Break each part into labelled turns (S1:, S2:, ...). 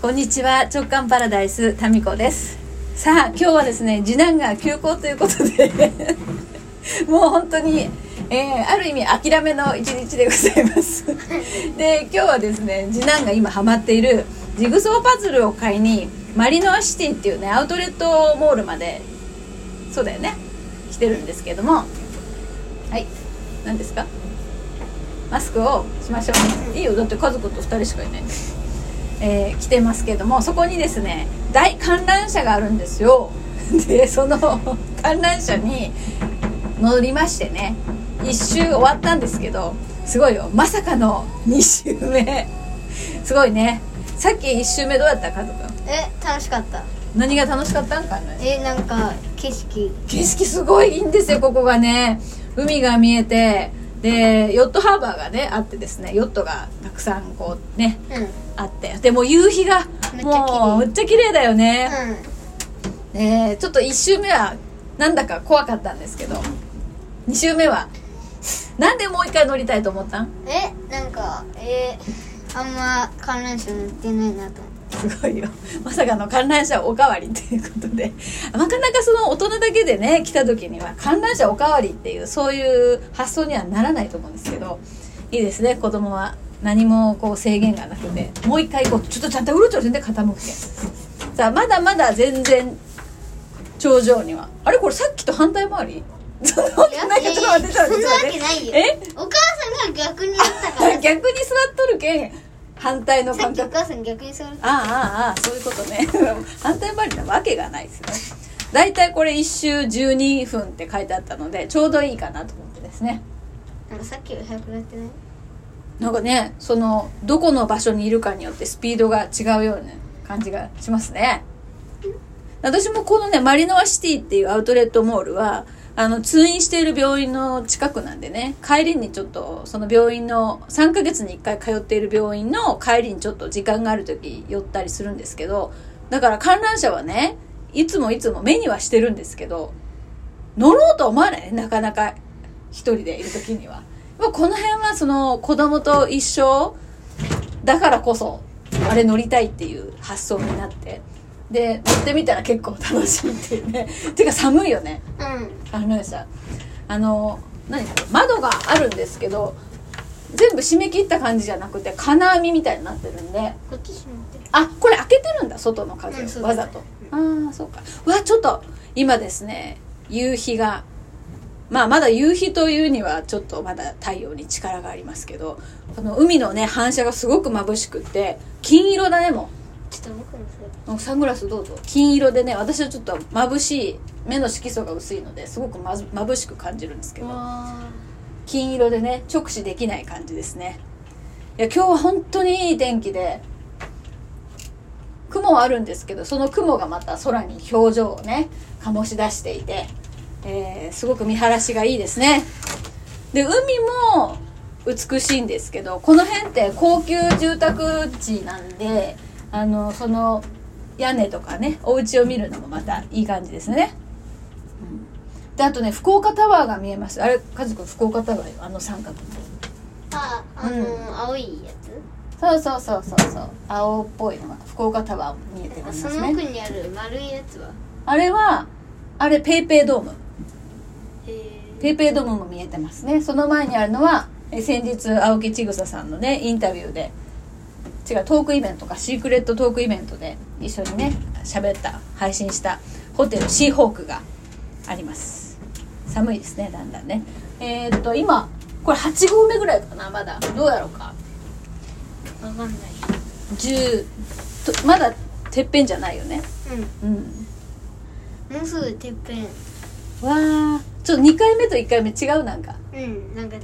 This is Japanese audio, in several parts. S1: こんにちは直感パラダイスタミコですさあ今日はですね次男が休校ということで もう本当に、えーある意味諦めの一日でございますで今日はですね次男が今ハマっているジグソーパズルを買いにマリノアシティっていうねアウトレットモールまでそうだよね来てるんですけどもはい何ですかマスクをしましょういいよだって家族と2人しかいないんだからえー来てますけどもそこにですね大観覧車があるんですよ でその観覧車に乗りましてね1周終わったんですけどすごいよまさかの2周目 すごいねさっき1周目どうやった家族
S2: え楽しかった
S1: 何が楽しかったんかね
S2: えなんか景色
S1: 景色すごいいいんですよここがね海が見えてでヨットハーバーがねあってですねヨットがたくさんこうね
S2: うんうん
S1: あってでもう夕日が
S2: めっちゃ綺麗
S1: もうめっちゃ綺麗だよね、えーちょっと1周目はなんだか怖かったんですけど2周目はなんでもう一回乗りたいと思ったん
S2: えなんかえあんま観覧車乗ってないなと思っ
S1: すごいよまさかの観覧車おかわりっていうことでなかなかその大人だけでね来た時には観覧車おかわりっていうそういう発想にはならないと思うんですけどいいですね子供は何もこう制限がなくてもう一回行こうちょっとちゃんとうろちょろ全然傾くけさあまだまだ全然頂上にはあれこれさっきと反対回りそんなわけないけどちょっと待ってちょっと
S2: そんなわ
S1: 待っ
S2: け
S1: て
S2: ないよ
S1: え
S2: お母さんが逆にやったか ら
S1: 逆に座っとるけん反対の
S2: さっ
S1: 感
S2: きお
S1: 覚
S2: 母さん逆に座る
S1: ああああああそういうことね 反対回りなわけがないですよだいたいこれ1周12分って書いてあったのでちょうどいいかなと思ってですね
S2: なんかさっきより速くなってない
S1: なんかねそのどこの場所にいるかによってスピードが違うような感じがしますね私もこのねマリノアシティっていうアウトレットモールはあの通院している病院の近くなんでね帰りにちょっとその病院の3ヶ月に1回通っている病院の帰りにちょっと時間がある時寄ったりするんですけどだから観覧車はねいつもいつも目にはしてるんですけど乗ろうとは思わないねなかなか一人でいる時には。まあこの辺はその子供と一緒だからこそあれ乗りたいっていう発想になってで乗ってみたら結構楽しいっていうね ていうか寒いよね
S2: うん
S1: あのさあの何これ窓があるんですけど全部締め切った感じじゃなくて金網みたいになってるんで
S2: こっち閉まってる
S1: あこれ開けてるんだ外の風を、
S2: うんそう
S1: わざとああそうかうわちょっと今ですね夕日がまあまだ夕日というにはちょっとまだ太陽に力がありますけどこの海のね反射がすごく眩しくって金色だねも
S2: ちょっと僕のそれ
S1: うサングラスどうぞ金色でね私はちょっと眩しい目の色素が薄いのですごくまず眩しく感じるんですけど
S2: わ
S1: 金色でね直視できない感じですねいや今日は本当にいい天気で雲はあるんですけどその雲がまた空に表情をね醸し出していて、えーすごく見晴らしがいいですねで海も美しいんですけどこの辺って高級住宅地なんであのその屋根とかねお家を見るのもまたいい感じですねであとね福岡タワーが見えますあれ家族福岡タワーよあの三角の
S2: ああのー青いやつ
S1: そうそうそうそうそう青っぽいのが福岡タワーも見えてます
S2: その奥
S1: ね
S2: にある丸いやつは
S1: あれはあれペイペイドーム
S2: へえ
S1: ペイペイドームも見えてますねその前にあるのはえ先日青木千草さんのねインタビューで違うトークイベントかシークレットトークイベントで一緒にね喋った配信したホテルシーホークがあります寒いですねだんだんねえーっと今これ8合目ぐらいかなまだどうやろうか
S2: わかんない
S1: 10とまだてっぺんじゃないよね
S2: う
S1: うん
S2: んもうすぐてっぺん
S1: わあちょっと2回目と1回目違うなんか
S2: うんなんか違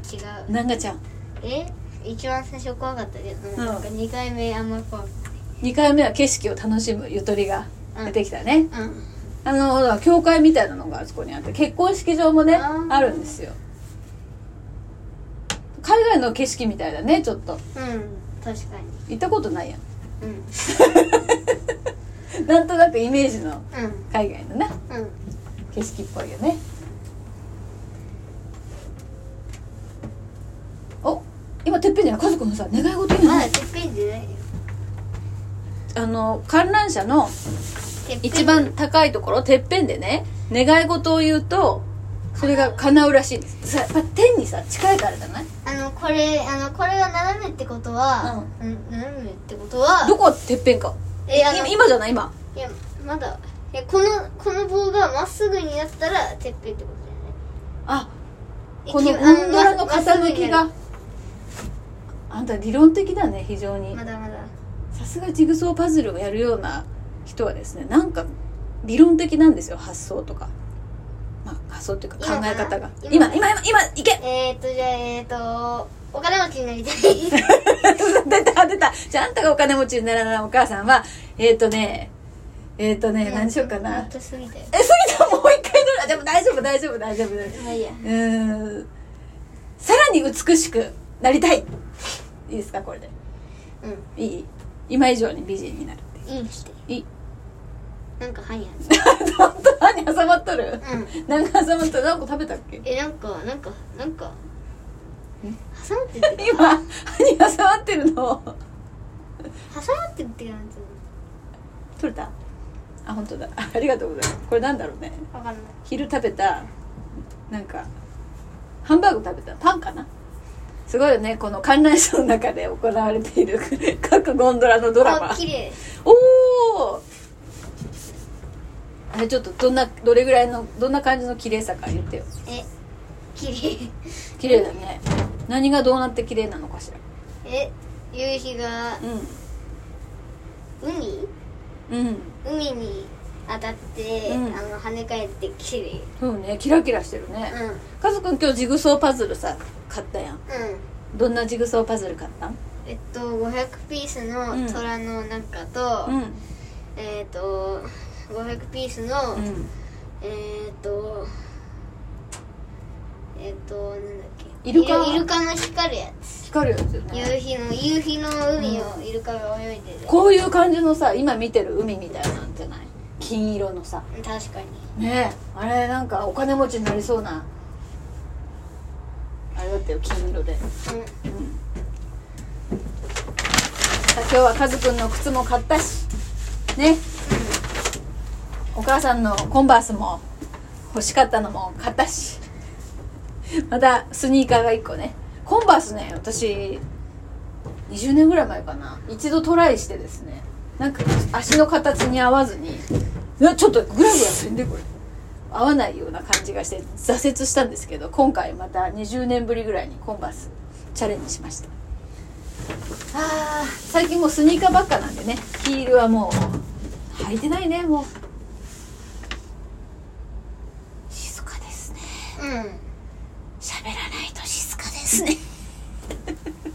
S2: う
S1: なんかちゃん
S2: え一番最初怖かったけど、
S1: ん
S2: なんか2回目あんま怖く
S1: 2回目は景色を楽しむゆとりが出てきたね、
S2: ない、うん、
S1: あのほら教会みたいなのがあそこにあって結婚式場もね
S2: あ
S1: あ
S2: ー
S1: るんですよ海外の景色みたいだねちょっと
S2: うん確かに
S1: 行ったことないや
S2: うん
S1: ん なんとなくイメージの
S2: うん
S1: 海外のね
S2: うん
S1: 景色っぽいよねお今てっぺんじゃない家族のさ願い事言うの
S2: まだてっぺんじゃないよ
S1: あの観覧車の
S2: てっぺん
S1: 一番高いところてっぺんでね願い事を言うとそれが叶うらしいんですさやっぱ天にさ近いからじゃない
S2: あのこれあのこれが斜めってことは、うん、斜めってことは
S1: どこてっぺんか
S2: えあの
S1: 今今じゃない今
S2: いやまだいやこのこの棒がまっすぐになったらてっぺんってことだよね
S1: あ
S2: い
S1: このゴ
S2: き
S1: ンドラの
S2: ままっすぐ
S1: 傾
S2: に
S1: き
S2: なる
S1: があんた理論的だね非常に
S2: まだまだ
S1: さすがジグソーパズルをやるような人はですねなんか理論的なんですよ発想とか、まあ、発想っていうか考え方が今
S2: 今
S1: 今今今いけ
S2: えー、っとじゃあえー、っとお金持ちになりたい
S1: 出た出たじゃああんたがお金持ちにならないお母さんはえっ、ー、とねえっ、ー、とね 何しようか な
S2: 本当すぎたよ
S1: え杉田もう一回乗るでも大丈夫大丈夫大丈夫う
S2: まあいいや
S1: ーんさらに美しくなりたいいいですかこれで
S2: う
S1: いい今以上に美人になる っていうん
S2: いいにして
S1: いい
S2: なんかは いや
S1: 本当何挟まっとる
S2: うん
S1: なんか挟まっとる何個食べたっけ
S2: えなんかなんかなんか
S1: ん
S2: 挟まってるって
S1: 今歯に挟まってるの
S2: 挟まってるって感じ
S1: 取れたあ本当だありがとうございますこれなんだろうね
S2: わかんない
S1: 昼食べたなんかハンバーグ食べたパンかなすごいよねこの観覧車の中で行われている 各ゴンドラのドラマ
S2: あ綺麗
S1: おおあれちょっとどんなどれぐらいのどんな感じの綺麗さか言ってよ
S2: え綺麗
S1: 綺麗だね何がどうなって綺麗なのかしら
S2: え夕日が
S1: う
S2: 海
S1: んうん
S2: 海に当たって、
S1: うん
S2: あの跳ね返って綺麗
S1: そうねキラキラしてるね、
S2: うんうん
S1: カズくん今日ジグソーパズルさ買ったやんどんなジグソーパズル買ったん
S2: えっと500ピースの
S1: うん
S2: 虎の中と、
S1: うん
S2: えっと500ピースの、
S1: うん
S2: えっとえっとなんだっけ
S1: イルカ
S2: イルカの光るやつ
S1: 光るやつよね
S2: 夕日の夕日の海をイルカが泳いでる、
S1: こういう感じのさ今見てる海みたいなんじゃない金色のさ
S2: 確かに
S1: ねえあれなんかお金持ちになりそうなあれだったよ金色で
S2: う
S1: さあ今日はカズくんの靴も買ったしねお母さんのコンバースも欲しかったのも買ったしまたスニーカーが1個ねコンバースね私20年ぐらい前かな一度トライしてですねなんか足の形に合わずになちょっとグラグラせんでこれ合わないような感じがして挫折したんですけど今回また20年ぶりぐらいにコンバースチャレンジしましたあー最近もうスニーカーばっかなんでねヒールはもう履いてないねもう静かですね
S2: んうん
S1: 喋らないと静かですね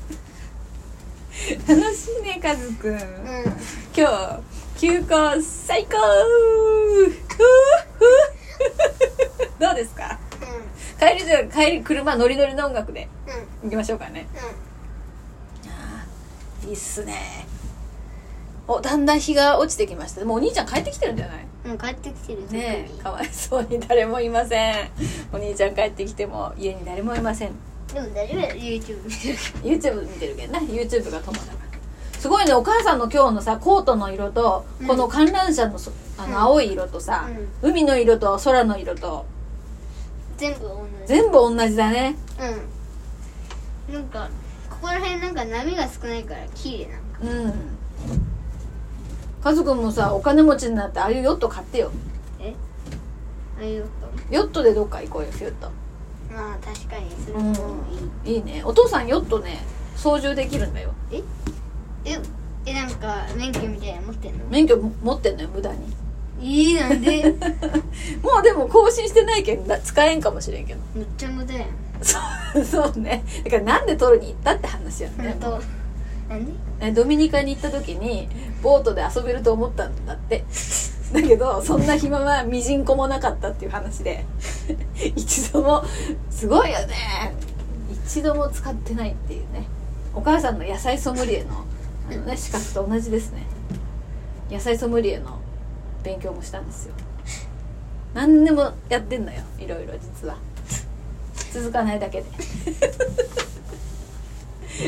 S1: 楽しいねカズくん
S2: うん
S1: 今日休校最高どう ですか帰りじゃ帰り車ノリノリの音楽で
S2: うんうん
S1: 行きましょうかね
S2: うん
S1: いいっすねおだんだん日が落ちてきましたもうお兄ちゃん帰ってきてるんじゃない
S2: もう帰ってきてる
S1: ねえかわいそうに誰もいませんお兄ちゃん帰ってきても家に誰もいません
S2: でも大丈夫だよ YouTube 見てる
S1: YouTube 見てるけどな YouTube が友だからすごいねお母さんの今日のさコートの色と
S2: うん
S1: この観覧車のそあ
S2: うん
S1: の青い色とさ、海の色と空の色と
S2: 全部同じ
S1: 全部同じだね
S2: うんなんかここら辺なんか波が少ないから綺麗な
S1: うん家族もさお金持ちになってああいうヨット買ってよ
S2: えああいうこ
S1: ヨットでどっか行こうよフュッと
S2: とまあ確かにそれもいい、
S1: いいねお父さんヨットね操縦できるんだよ
S2: ええなんか免許みたいなの持ってんの
S1: 免許も持ってんのよ無駄に
S2: いいなんで
S1: もうでも更新してないけんだ使えんかもしれんけど
S2: めっちゃ無駄やん
S1: そう そうねだからなんで取るに行ったって話や
S2: ほ
S1: ね
S2: んとなんで
S1: えドミニカに行った時にボートで遊べると思ったんだって だけどそんな暇はみじんこもなかったっていう話で 一度もすごいよね一度も使ってないっていうねお母さんの野菜ソムリエのあの、ね、資格と同じですね野菜ソムリエの勉強もしたんですよ何でもやってんのよいろいろ実は続かないだけで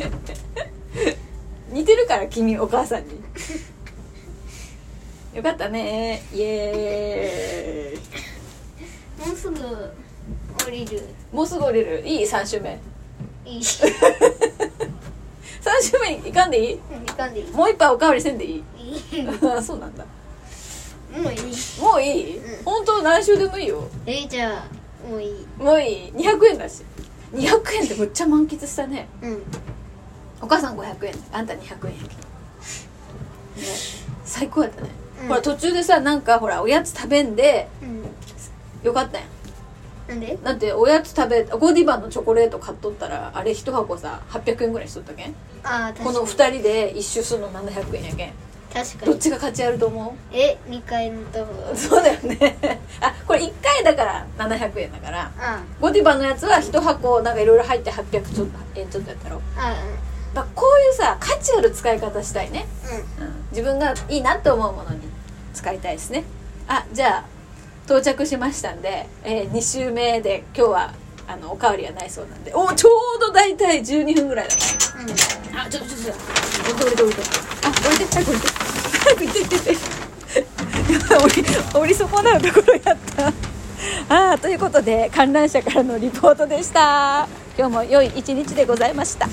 S1: 似てるから君お母さんによかったねイエーイ
S2: もうすぐ降りる
S1: もうすぐ降りるいい3周目
S2: いい
S1: 3周目いかんでいい
S2: いかんでいい
S1: もう一杯おかわりせんでいい
S2: いい
S1: あ そうなんだ
S2: もういい
S1: もういい、
S2: うん
S1: 本当何周でもいいよ
S2: えじゃあもういい
S1: もういい200円だし200円ってむっちゃ満喫したね
S2: うん
S1: お母さん500円あんた200円やけど、ね、最高やったね、
S2: うん
S1: ほら途中でさなんかほらおやつ食べんで
S2: うん
S1: よかったやん
S2: なんで
S1: だっておやつ食べゴディバのチョコレート買っとったらあれ1箱さ800円ぐらいしとったけん
S2: ああ確かに
S1: この2人で一周するの700円やけん
S2: 確か
S1: どっ
S2: に
S1: ちが勝ちやると思
S2: え二回乗った方が
S1: うそうだよねあこれ1回だから700円だから
S2: あ
S1: ゴディバのやつは1箱なんかいろいろ入って800ちょっと円ちょっとやったろ
S2: あああ
S1: まあ、こういうさ価値ある使い方したいね、
S2: う
S1: うん、自分がいいなと思うものに使いたいですねあじゃあ到着しましたんで、え2周目で今日はあのおかわりはないそうなんでおちょうど大体12分ぐらいだね
S2: んうん
S1: あちょっとちょっとちょっと降りて降りて降りてあ降りて早く降りて早く行って行って行ってやばい降り降り損なうところやったあーということで観覧車からのリポートでした今日も良い一日でございました